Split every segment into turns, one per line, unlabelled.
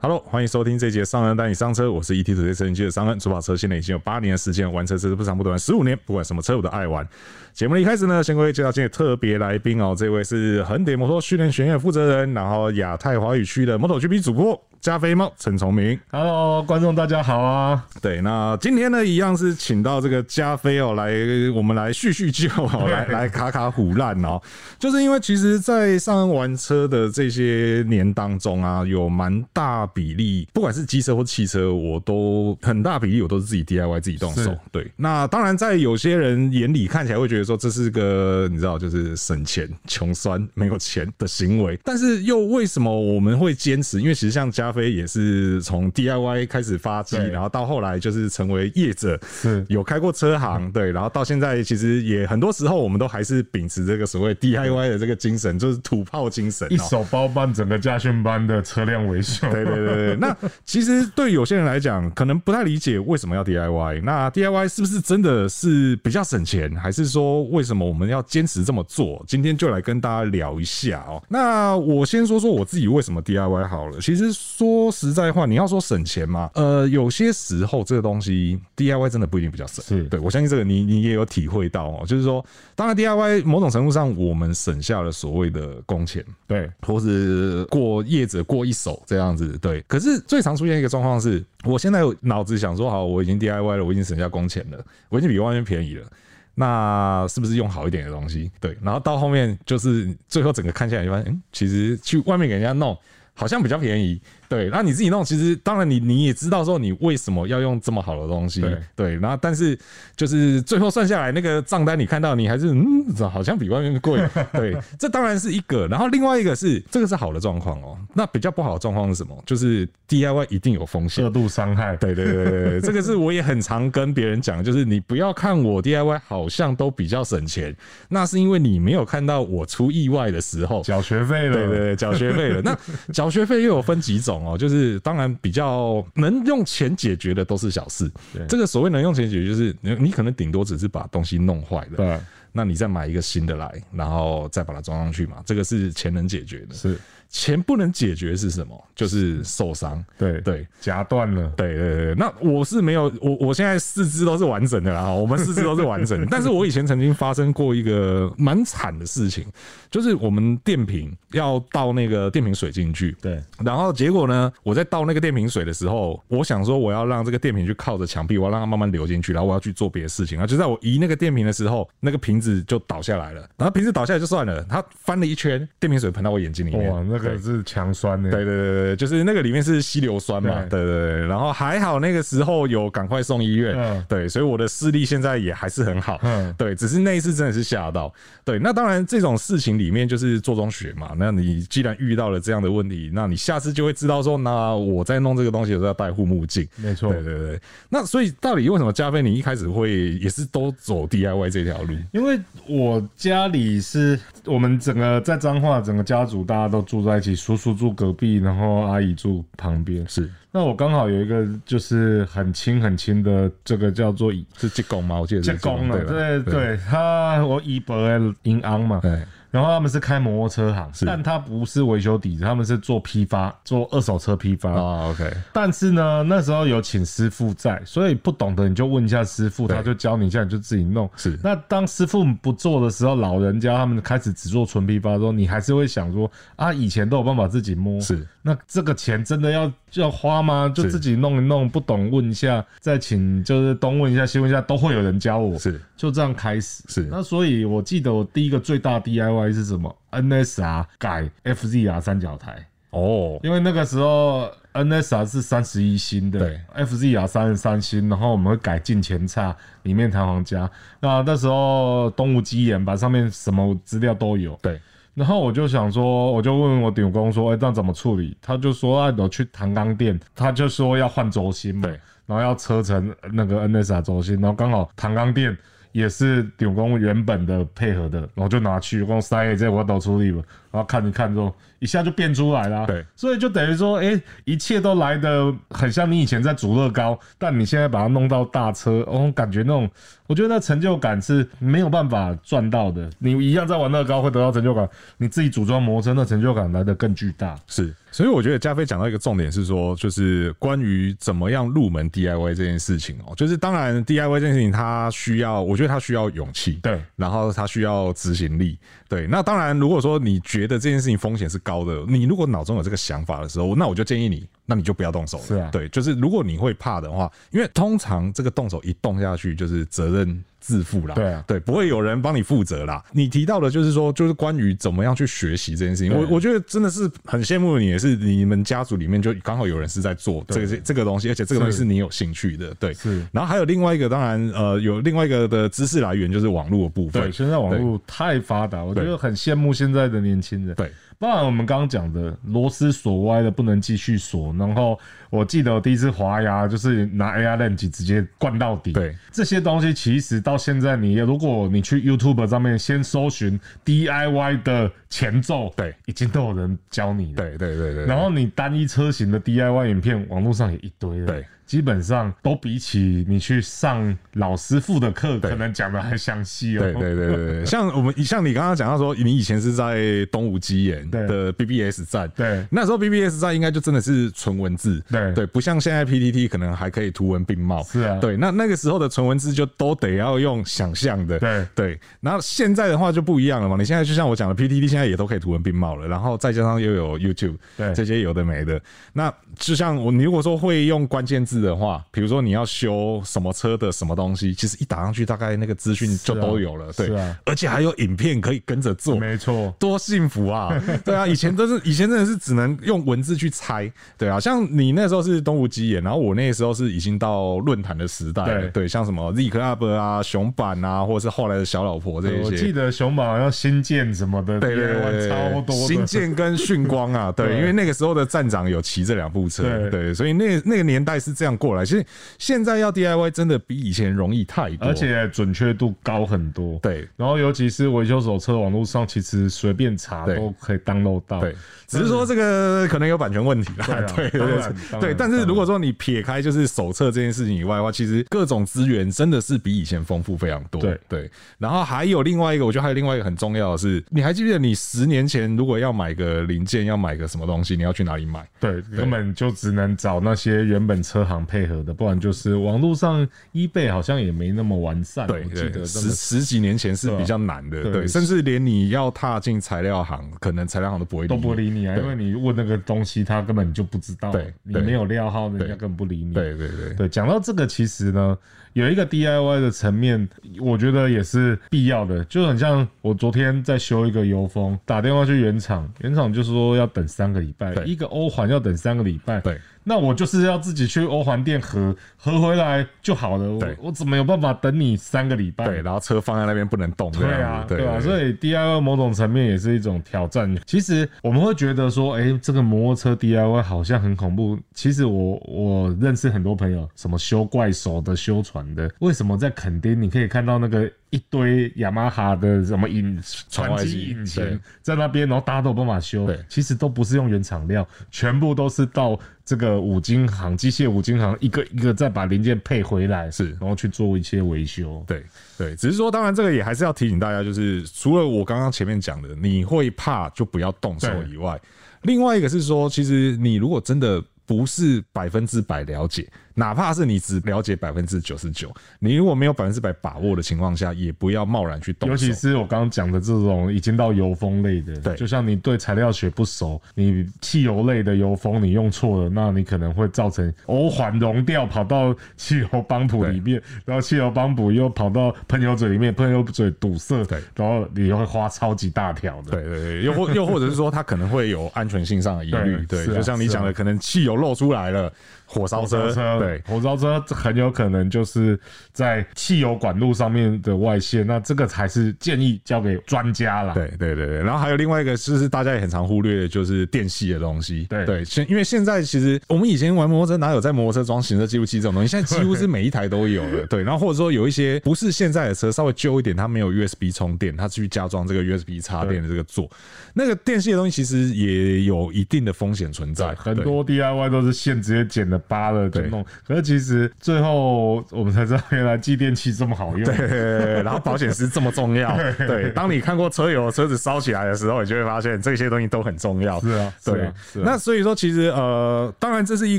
Hello，欢迎收听这节商人带你上车，我是 E ET 土车车机的商人，主跑车现在已经有八年的时间，玩车车是不长不短十五年，不管什么车我都爱玩。节目的一开始呢，先为介绍今天的特别来宾哦，这位是横点摩托训练学院的负责人，然后亚太华语区的 MotoGP 主播加菲猫陈崇明。
Hello，观众大家好啊！
对，那今天呢，一样是请到这个加菲哦，来我们来叙叙旧哦，来来卡卡虎烂哦，就是因为其实，在上岸玩车的这些年当中啊，有蛮大比例，不管是机车或汽车，我都很大比例我都是自己 DIY 自己动手
是。
对，那当然在有些人眼里看起来会觉得说这是个你知道，就是省钱、 穷酸、没有钱的行为，但是又为什么我们会坚持？因为其实像加菲也是从 DIY 开始发迹，
对
然后。然后到后来就是成为业者，
是嗯
有开过车行，对，然后到现在其实也很多时候我们都还是秉持这个所谓 DIY 的这个精神，就是土炮精神、哦，
一手包办整个驾训班的车辆维修。
对对对对，那其实对有些人来讲，可能不太理解为什么要 DIY。那 DIY 是不是真的是比较省钱，还是说为什么我们要坚持这么做？今天就来跟大家聊一下哦。那我先说说我自己为什么 DIY 好了。其实说实在话，你要说省钱嘛，呃，有些时候这个东西 DIY 真的不一定比较省。
是
对我相信这个你你也有体会到哦，就是说，当然 DIY 某种程度上我们省下了所谓的工钱。
对
或是过叶子过一手这样子，对。可是最常出现一个状况是，我现在有脑子想说，好，我已经 DIY 了，我已经省下工钱了，我已经比外面便宜了。那是不是用好一点的东西？对，然后到后面就是最后整个看下来就发现，嗯，其实去外面给人家弄好像比较便宜。对，那你自己弄，其实当然你你也知道说你为什么要用这么好的东西，
对
对，然后但是就是最后算下来那个账单，你看到你还是嗯，这好像比外面贵。对，这当然是一个。然后另外一个是这个是好的状况哦，那比较不好的状况是什么？就是 DIY 一定有风险
热。度伤害。
对对对对对，这个是我也很常跟别人讲，就是你不要看我 DIY 好像都比较省钱，那是因为你没有看到我出意外的时候。
缴学费了。
对对对，缴学费 了。那缴学费又有分几种哦，就是当然比较能用钱解决的都是小事
对。
这个所谓能用钱解决，就是你你可能顶多只是把东西弄坏了，
对啊
那你再买一个新的来，然后再把它装上去嘛，这个是钱能解决的。
是，
钱不能解决是什么？就是受伤。
对
对，
夹断了。
对对对，对那我是没有，我我现在四肢都是完整的啦，我们四肢都是完 整的。但是我以前曾经发生过一个蛮惨的事情，就是我们电瓶要倒那个电瓶水进去，
对，
然后结果呢，我在倒那个电瓶水的时候，我想说我要让这个电瓶去靠着墙壁，我要让它慢慢流进去，然后我要去做别的事情。然后就在我移那个电瓶的时候，那个瓶子就倒下来了。然后瓶子倒下来就算了，它翻了一圈，电瓶水喷到我眼睛里面，
哇，那
对
个是强酸欸呢。
对对对对，就是那个里面是稀硫酸嘛，对
对
对对。然后还好那个时候有赶快送医院，
嗯
对，所以我的视力现在也还是很好，
嗯
对，只是那一次真的是吓到。对，那当然这种事情里面就是做中学嘛，那你既然遇到了这样的问题，那你下次就会知道说，那我在弄这个东西的时候要戴护目镜，
没错
对对对。那所以到底为什么加菲你一开始会也是都走 DIY 这条路？
因为我家里是我们整个在彰化，整个家族大家都住在一起，叔叔住隔壁，然后阿姨住旁边。
是
那我刚好有一个就是很亲很亲的，这个叫做姨
是技工吗？我记得是
结公了，
吧
啊对对，他我姨伯银昂嘛，
对，
然后他们是开摩托车行，但他不是维修底子，他们是做批发，做二手车批发。
啊，OK，
但是呢，那时候有请师傅在，所以不懂的你就问一下师傅，
对
他就教你一下，你就自己弄。
是
那当师傅不做的时候，老人家他们开始只做纯批发的时候，你还是会想说啊，以前都有办法自己摸，
是
那这个钱真的要要花吗？就是自己弄一弄，不懂问一下，再请就是东问一下西问一下，都会有人教我。
是
就这样开始。
是
那所以我记得我第一个最大 DIY 是什么？NSR 改 FZR 三角台，
哦，
因为那个时候 NSR 是三十一星的，
对
，FZR 三十三星，然后我们会改进前叉，里面弹簧夹。那那时候东吴机眼吧，上面什么资料都有。
对。
然后我就想说，我就问我顶工说，哎、那怎么处理？他就说啊，有去唐钢店，他就说要换轴心嘛，
对，
然后要车成那个 NSR 轴心，然后刚好唐钢店也是顶工原本的配合的，然后就拿去，我讲塞这我都处理了，然后看一看之后，一下就变出来啦。
对，
所以就等于说，哎、一切都来的很像你以前在煮乐高，但你现在把它弄到大车，哦，感觉那种，我觉得那成就感是没有办法赚到的。你一样在玩乐高会得到成就感，你自己组装摩托车，那成就感来的更巨大。
是，所以我觉得加菲讲到一个重点是说，就是关于怎么样入门 DIY 这件事情哦、就是当然 DIY 这件事情它需要，我觉得它需要勇气，
对，
然后它需要执行力，对。那当然，如果说你觉得这件事情风险是高的，你如果脑中有这个想法的时候，那我就建议你，那你就不要动手了。
是啊
对，就是如果你会怕的话，因为通常这个动手一动下去，就是责任。自负啦，
对啊
对，不会有人帮你负责啦。你提到的就是说，就是关于怎么样去学习这件事情，我
对
我觉得真的是很羡慕你，也是你们家族里面就刚好有人是在做这个这个东西，而且这个东西是
是
你有兴趣的，对。
是
然后还有另外一个，当然呃，有另外一个的知识来源就是网络的部分
对，，现在网络太发达，我觉
对
得很羡慕现在的年轻人。
对，
当然我们刚刚讲的螺丝锁歪了不能继续锁，然后我记得我第一次滑牙就是拿 AR lens 直接灌到底。
对，
这些东西其实到现在你如果你去 YouTube 上面先搜寻 DIY 的前奏，
对，
已经都有人教你了。
对对对对。
然后你单一车型的 DIY 影片，网络上也一堆了。
对，
基本上都比起你去上老师傅的课，可能讲的还详细哦。
对对对对 对，像我们像你刚刚讲到说，你以前是在东吴基研
对
的 BBS 站，
对
那时候 BBS 站应该就真的是纯文字，
对
对，不像现在 PTT 可能还可以图文并茂，
是啊
对，那那个时候的纯文字就都得要用想象的，
对
对，然后现在的话就不一样了嘛，你现在就像我讲的 PTT 现在也都可以图文并茂了，然后再加上又有 YouTube，
对
这些有的没的，那就像我你如果说会用关键字的话，比如说你要修什么车的什么东西，其实一打上去大概那个资讯就都有了，
是
对
啊是啊，
而且还有影片可以跟着做，
没错，
多幸福啊！对啊，以前都是以前真的是只能用文字去猜，对啊，像你那时候是东吴基演，然后我那时候是已经到论坛的时代了，
对
对，像什么 Z Club 啊、熊版啊，或者是后来的小老婆这一
我
些，
记得熊宝要新建什么的，
对对对
DIY
对，
超多的
新建跟迅光啊，对，
对
因为那个时候的站长有骑这两部车，对
对
所以那那个年代是这样过来。其实现在要 DIY 真的比以前容易太多，
而且准确度高很多。
对
然后尤其是维修手册，网络上其实随便查
对
都可以 download 到。
对，只是说这个可能有版权问题啦，
嗯
对
对啊当然
对
当然
对。但
当
是
然
如果说你撇开就是手册这件事情以外的话，其实各种资源真的是比以前丰富非常多，
对
对。然后还有另外一个，我觉得还有另外一个很重要的是，你还记不记得你十年前如果要买个零件，要买个什么东西，你要去哪里买？
对，根本就只能找那些原本车行配合的，不然就是网络上 eBay 好像也没那么完善。
对
啊我记得
对，
真
十
的
十几年前是
对啊
比较难的，
对
对，甚至连你要踏进材料行，可能材料行都不会
都不
你。
理你啊，
对
因为你问那个东西，他根本就不知道，
对
你
对
没有料号，人
对
家根本不理你。啊
对对对
对，讲到这个，其实呢，有一个 DIY 的层面，我觉得也是必要的，就很像我昨天在修一个油封，打电话去原厂，原厂就说要等三个礼拜，
对
一个欧环要等三个礼拜，
对，
那我就是要自己去欧环店核核回来就好了，我
对
我怎么有办法等你三个礼拜？
对，然后车放在那边不能动，
对
这
啊
样，子
对啊，
对
所以 DIY 某种层面也是一种挑战。其实我们会觉得说，哎、这个摩托车 DIY 好像很恐怖。其实我我认识很多朋友，什么修怪手的、修船的，为什么在垦丁你可以看到那个一堆雅马哈的什么引
传
传
外机
奇引
对
擎在那边，然后大家都有办法修
对，
其实都不是用原厂料，全部都是到这个五金行、机械五金行一个一个再把零件配回来，
是
然后去做一些维修。
对对，只是说，当然这个也还是要提醒大家，就是除了我刚刚前面讲的，你会怕就不要动手
对
以外，另外一个是说，其实你如果真的不是百分之百了解，哪怕是你只了解百分之九十九，你如果没有百分之百把握的情况下，也不要贸然去动手。
尤其是我刚刚讲的这种已经到油封类的，
对
就像你对材料学不熟，你汽油类的油封你用错了，那你可能会造成欧环溶掉跑到汽油帮浦里面，然后汽油帮浦又跑到喷油嘴里面，喷油嘴堵塞，
对
然后你又会花超级大条的，
对对对，又或又或者是说，它可能会有安全性上的疑虑， 对，
对是啊
就像你讲
是
的，
啊
可能汽油漏出来了，火烧
火烧
车，
车
对
火烧车很有可能就是在汽油管路上面的外泄，那这个才是建议交给专家啦。，
对对对对，然后还有另外一个就是大家也很常忽略的，就是电系的东西。
对
对，现因为现在其实我们以前玩摩托车哪有在摩托车装行车记录器这种东西，现在几乎是每一台都有了。对，然后或者说有一些不是现在的车稍微旧一点，它没有 USB 充电，它去加装这个 USB 插电的这个座，那个电系的东西其实也有一定的风险存在。
很
对
多 DIY 都是线直接剪了扒了就
对
弄，可是其实最后我们才知道原来继电器这么好用。
对，然后保险丝这么重要。对，当你看过车友的车子烧起来的时候，你就会发现这些东西都很重要。
是啊是啊
对。
是啊
那所以说，其实呃，当然这是一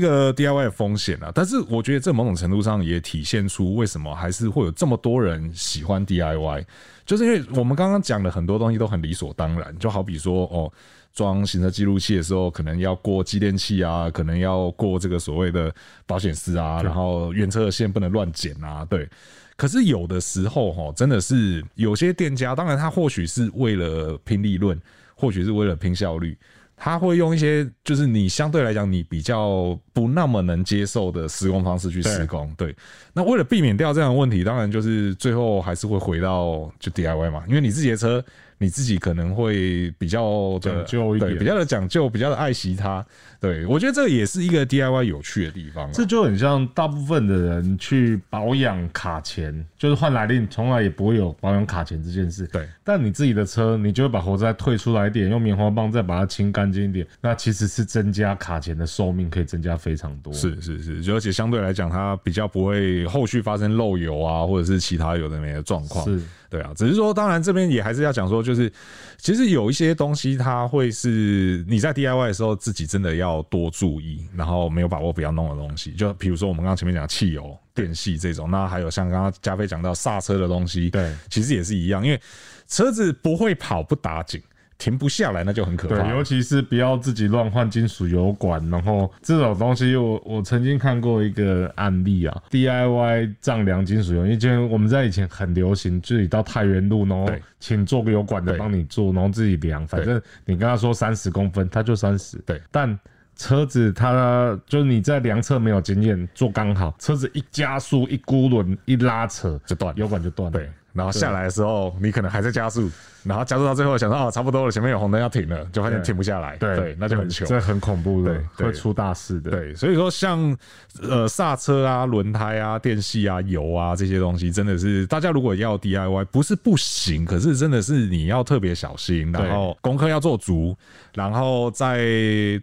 个 DIY 的风险啊，但是我觉得这某种程度上也体现出为什么还是会有这么多人喜欢 DIY，就是因为我们刚刚讲的很多东西都很理所当然，就好比说哦。装行车记录器的时候，可能要过继电器啊，可能要过这个所谓的保险丝啊，然后原车的线不能乱剪啊，对。可是有的时候哈，真的是有些店家，当然他或许是为了拼利润，或许是为了拼效率，他会用一些就是你相对来讲你比较不那么能接受的施工方式去施工。对，那为了避免掉这样的问题，当然就是最后还是会回到就 DIY 嘛，因为你自己的车。你自己可能会比较的
讲究一
对
点
比较的讲究，比较的爱惜它。对我觉得这也是一个 DIY 有趣的地方啊。
这就很像大部分的人去保养卡钳，就是换来令从来也不会有保养卡钳这件事。
对，
但你自己的车，你就会把活塞退出来一点，用棉花棒再把它清干净一点，那其实是增加卡钳的寿命，可以增加非常多。
是是是，就而且相对来讲，它比较不会后续发生漏油啊，或者是其他有的没的状况。
是，
对啊，只是说，当然这边也还是要讲说，就是其实有一些东西，它会是你在 DIY 的时候自己真的要多注意，然后没有把握不要弄的东西。就比如说我们刚刚前面讲汽油、电系这种，那还有像刚刚加菲讲到刹车的东西，
对
其实也是一样，因为车子不会跑不打紧，停不下来那就很可怕
对，
了。
尤其是不要自己乱换金属油管，然后这种东西我，我曾经看过一个案例啊，DIY 丈量金属油，因为之前我们在以前很流行，自己到太原路，然后
对
请做个油管的
对
帮你做，然后自己量，反正你跟他说三十公分，他就三十，
对，
但。车子它就是你在量测没有经验，做刚好，车子一加速一咕轮一拉扯
就断了
油管就断了。
对，然后下来的时候，你可能还在加速，然后加速到最后想到哦，差不多了，前面有红灯要停了，就发现
对
停不下来，
对，
那就很糗。
这很恐怖的
对，对
会出大事的。
对，所以说像呃刹车啊、轮胎啊、电系啊、油啊这些东西，真的是大家如果要 DIY，不是不行，可是真的是你要特别小心，
对
然后功课要做足，然后在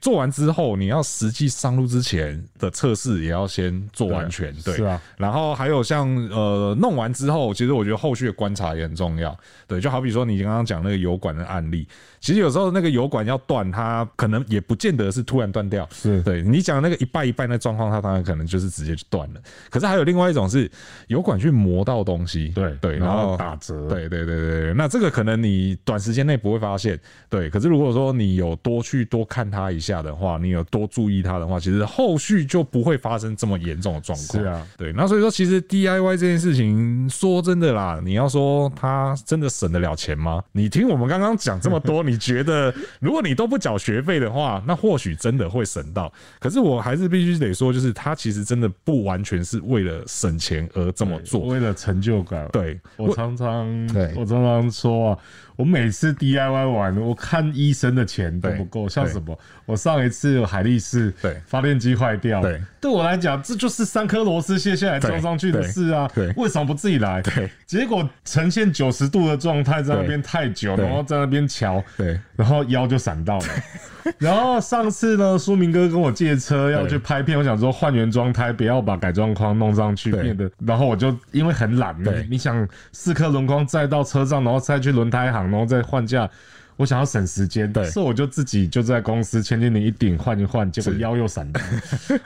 做完之后，你要实际上路之前的测试也要先做完全，对，
是啊。
然后还有像呃弄完之后，其实我觉得后续的观察也很重要。对，就好比说你刚刚讲那个油管的案例，其实有时候那个油管要断，它可能也不见得是突然断掉。
是
对你讲的那个一拜一拜那状况，它当然可能就是直接就断了。可是还有另外一种是油管去磨到东西，
对
对，
然
然
后
后
打折
对对对对对，那这个可能你短时间内不会发现，对。可是如果说你有多去多看它一下的话，你有多注意它的话，其实后续就不会发生这么严重的状况。
是啊，
对。那所以说，其实 DIY 这件事情，说真的啦，你要说它真的省得了钱吗？你听我们刚刚讲这么多，你觉得如果你都不缴学费的话，那或许真的会省到。可是我还是必须得说，就是它其实真的不完全是为了省钱而这么做。
为了成就感。，
对，
我常常
对
我常常说啊，我每次 DIY 完，我看医生的钱都
对
不够，像
对
什么，我上一次有海力士
对
发电机坏掉，
对，
对我来讲，这就是三颗螺丝卸下来
对
装上去的
对
事啊，
对
为什么不自己来？
对，
结果呈现九十度的状态，在那边太久，
对
然后在那边瞧，
对。
然后腰就闪到了。 然后上次呢，苏明哥跟我借车要去拍片，我想说换原装胎，不要把改装框弄上去，
对
变得。然后我就因为很懒，欸
对
你你想四颗轮框再到车上，然后再去轮胎行，然后再换架。我想要省时间，
对
所以我就自己就在公司千斤顶一顶换一换，结果
是
腰又闪 到。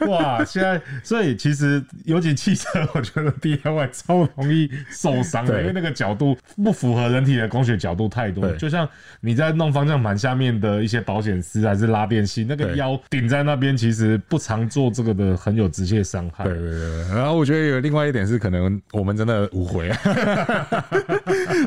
哇！现在所以其实尤其汽车，我觉得 DIY 超容易受伤的，
对
因为那个角度不符合人体的工学角度太多。
对
就像你在弄方向盘下面的一些保险丝还是拉电器，那个
对
腰顶在那边，其实不常做这个的很有直接伤害。
对对对对，然后我觉得有另外一点是，可能我们真 啊 的无悔，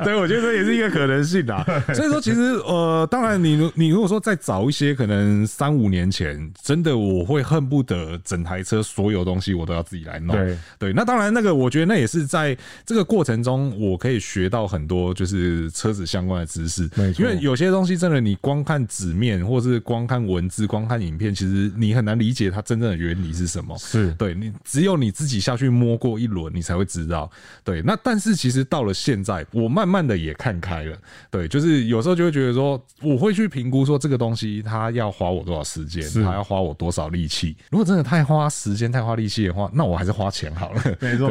对我觉得这也是一个可能性啦。所以说，其实呃，呃，当然你如，你如果说再早一些，可能三五年前，真的我会恨不得整台车所有东西我都要自己来弄。
对
那当然，那个我觉得那也是在这个过程中，我可以学到很多就是车子相关的知识。
没
因
错
为有些东西真的，你光看纸面，或是光看文字、光看影片，其实你很难理解它真正的原理是什么。
是
对你只有你自己下去摸过一轮，你才会知道。对，那但是其实到了现在，我慢慢的也看开了。对，就是有时候就会觉得说，我会去评估说这个东西它要花我多少时间，
是
它要花我多少力气。如果真的太花时间、太花力气的话，那我还是花钱好了。
没错，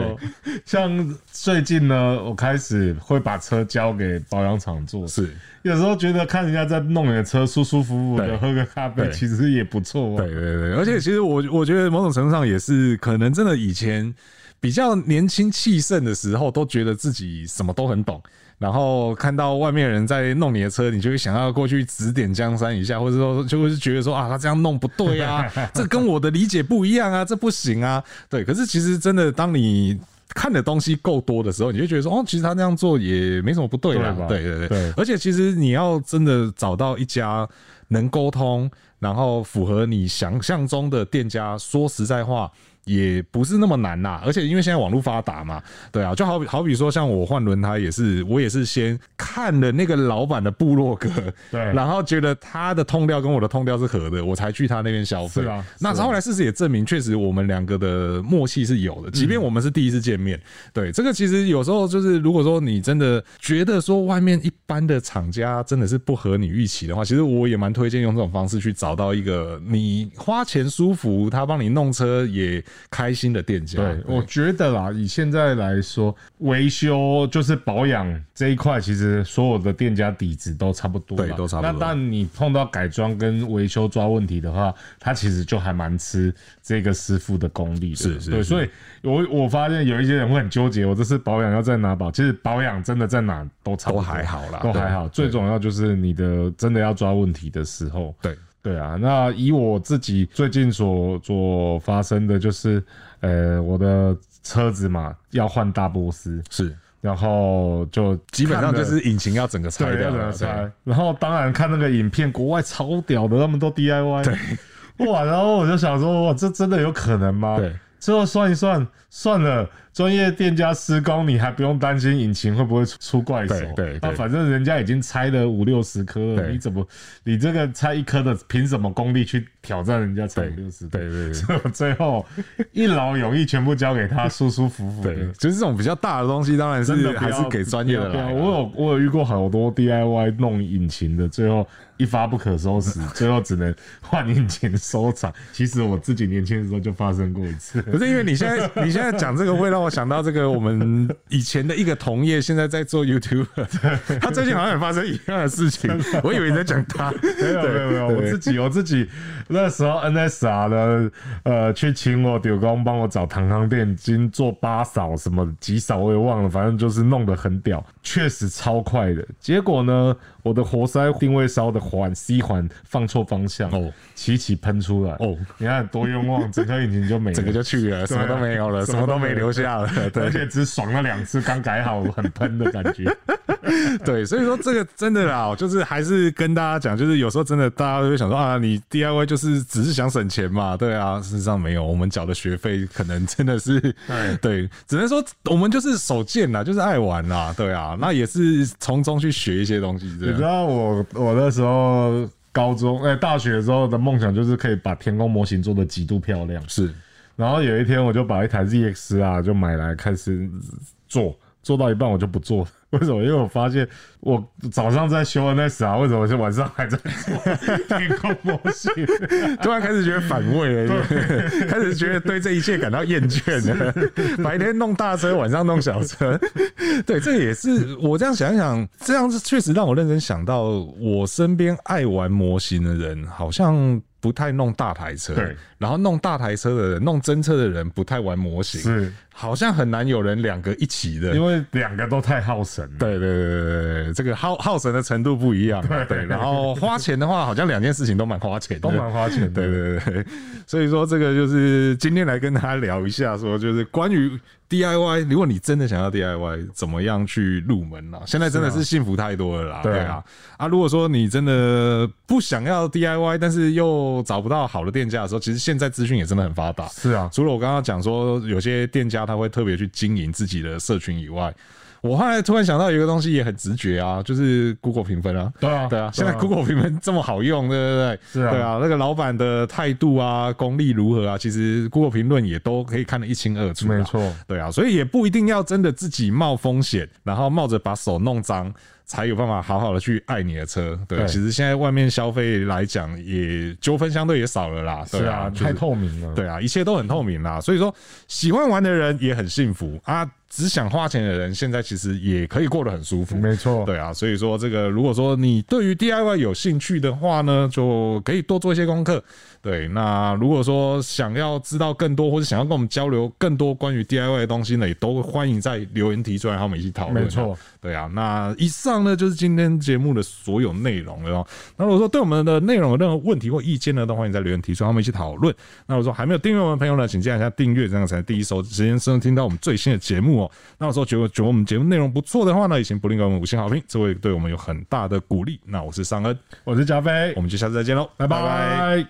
像最近呢，我开始会把车交给保养厂做。
是，
有时候觉得看人家在弄你的车，舒舒服服
对
的喝个咖啡，
对
其实也不错、哦。
对对对，而且其实我我觉得某种程度上也是可能真的以前比较年轻气盛的时候，都觉得自己什么都很懂，然后看到外面人在弄你的车，你就会想要过去指点江山一下，或者说就会是觉得说啊，他这样弄不对 啊，这跟我的理解不一样啊，这不行啊。对，可是其实真的当你。看的东西够多的时候，你就觉得说，哦，其实他那样做也没什么不对啦
对。吧
对对对
对，
而且其实你要真的找到一家能沟通，然后符合你想象中的店家，说实在话。也不是那么难啦，而且因为现在网络发达嘛，对啊，就好比好比说像我换轮胎也是，我也是先看了那个老板的部落格，
对
然后觉得他的痛调跟我的痛调是合的，我才去他那边消费。
是啊
那
是啊
后来事实也证明，确实我们两个的默契是有的，
嗯
即便我们是第一次见面。对，这个其实有时候就是，如果说你真的觉得说外面一般的厂家真的是不合你预期的话，其实我也蛮推荐用这种方式去找到一个你花钱舒服，他帮你弄车也开心的店家。
对，我觉得啦，以现在来说，维修就是保养这一块，其实所有的店家底子都差不多啦，
对都差不多
那但你碰到改装跟维修抓问题的话，他其实就还蛮吃这个师傅的功力的。
是是
对，
是
所以我我发现有一些人会很纠结，我这次保养要在哪保？其实保养真的在哪都差不
都
多，
还好啦，
都还好。最重要就是你的真的要抓问题的时候，
对。
对啊，那以我自己最近所所发生的就是，呃，我的车子嘛要换大波斯，
是，
然后就
基本上
看
就
了
是引擎要整个拆
对
掉
要
了，
怎么
对
拆，然后当然看那个影片，国外超屌的，他们都 DIY，对，哇，然后我就想说，哇，这真的有可能吗？
对。
最后算一算，算了，专业店家施工，你还不用担心引擎会不会出出怪手。
对对对
那反正人家已经拆了五六十颗了，
对
你怎么，你这个拆一颗的，凭什么功力去挑战人家拆
对
五六十颗？
对对对。
所以我 最后一劳永逸，全部交给他，舒舒服 服的。
对，就是这种比较大的东西，当然
真
是
的不
还
要
是给专业的
不要
来啊。
不要我有我有遇过好多 DIY 弄引擎的，最后一发不可收拾，最后只能换引擎收场。其实我自己年轻的时候就发生过一次。
可是因为你现 在你现在讲这个，会让我想到这个我们以前的一个同业，现在在做 YouTube，他最近好像也发生一样的事 情，我以为你在讲他，
没有没有没有，我自己我自己那时候 NSR 的呃，去请我柳工帮我找糖糖店，已经做八扫什么几扫我也忘了，反正就是弄得很屌，确实超快的。结果呢，我的活塞定位烧的环 C 环放错方向，
哦
哦，起起喷出来，
哦
哦，你看多冤枉，整颗引擎就没了，
整个就去了，什么都没有了，什么都没留下了，对
而。且只爽了两次，刚改好很喷的感觉。
对，所以说这个真的啦，就是还是跟大家讲，就是有时候真的大家都会想说啊，你 DIY 就是只是想省钱嘛，对啊，事实上没有，我们缴的学费可能真的是
对
对，只能说我们就是手贱啦，就是爱玩啦，对啊，那也是从中去学一些东西，啊这
你知
样
道我我那时候高中哎、大学的时候的梦想就是可以把天宫模型做的极度漂亮。
是
然后有一天我就把一台 ZX 啊就买来开始做，做到一半我就不做了。 为什么？因为我发现我早上在修 NS 啊，为什么是晚上还在做天宫模 型？
突然开始觉得反胃了， 开始觉得对这一切感到厌倦 了。白天弄大车，晚上弄小车， 对，这也是我这样想一想，这样是确实让我认真想到，我身边爱玩模型的人好像。不太弄大台车
对，
然后弄大台车的人，弄侦测的人不太玩模型，
是
好像很难有人两个一起的，
因为 两个都太耗神了。
对对对对对，这个耗耗神的程度不一样啊。对，然后花钱的话，好像两件事情都蛮花钱的，
都蛮花钱的
对对对对，所以说这个就是今天来跟大家聊一下，说就是关于 DIY，如果你真的想要 DIY，怎么样去入门啦、现在真的是幸福太多了啦。
啊对啊
对啊，啊，如果说你真的不想要 DIY，但是又找不到好的店家的时候，其实现在资讯也真的很发达。
是啊，
除了我刚刚讲说有些店家他会特别去经营自己的社群以外，我后来突然想到一个东西也很直觉啊，就是 Google 评分啊。
对啊，
对啊，现在 Google 评分这么好用，对对对，
是啊
对啊，那个老板的态度啊、功力如何啊，其实 Google 评论也都可以看得一清二楚、
没，错，
对啊，所以也不一定要真的自己冒风险，然后冒着把手弄脏，才有办法好好的去爱你的车。对啊，
对
其实现在外面消费来讲，也纠纷相对也少了啦。对
是啊，
就是
太透明了。
对啊，一切都很透明啦，所以说喜欢玩的人也很幸福啊，只想花钱的人现在其实也可以过得很舒服。
没错，
对啊，所以说这个如果说你对于 DIY 有兴趣的话呢，就可以多做一些功课。对，那如果说想要知道更多，或者想要跟我们交流更多关于 DIY 的东西呢，也都欢迎在留言提出来，和我们一起讨论啊。
没错
对啊，那以上呢就是今天节目的所有内容了哦。那如果说对我们的内容有任何问题或意见呢，都欢迎在留言提出，和我们一起讨论。那如果说还没有订阅我们的朋友呢，请记得按下订阅，这样才能第一手时间收听到我们最新的节目哦。那如果说觉得觉得我们节目内容不错的话呢，也请不吝给我们五星好评，这会对我们有很大的鼓励。那我是尚恩，
我是加菲
我，们就下次再见喽，
拜拜。